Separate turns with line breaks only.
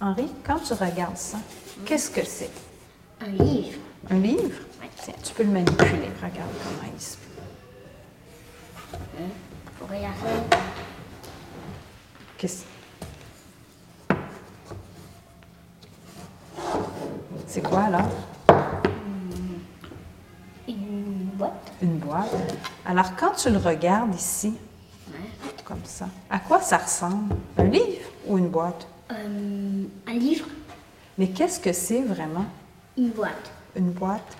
Henri, quand tu regardes ça, qu'est-ce que c'est?
Un livre.
Un livre?
Ouais.
Tiens, tu peux le manipuler. Regarde comment il se...
Pour rien faire.
Qu'est-ce... C'est quoi, là?
Une boîte.
Une boîte. Alors, quand tu le regardes ici,
Ouais.
comme ça, à quoi ça ressemble? Un livre ou une boîte?
Euh, un livre.
Mais qu'est-ce que c'est vraiment
Une boîte.
une boîte?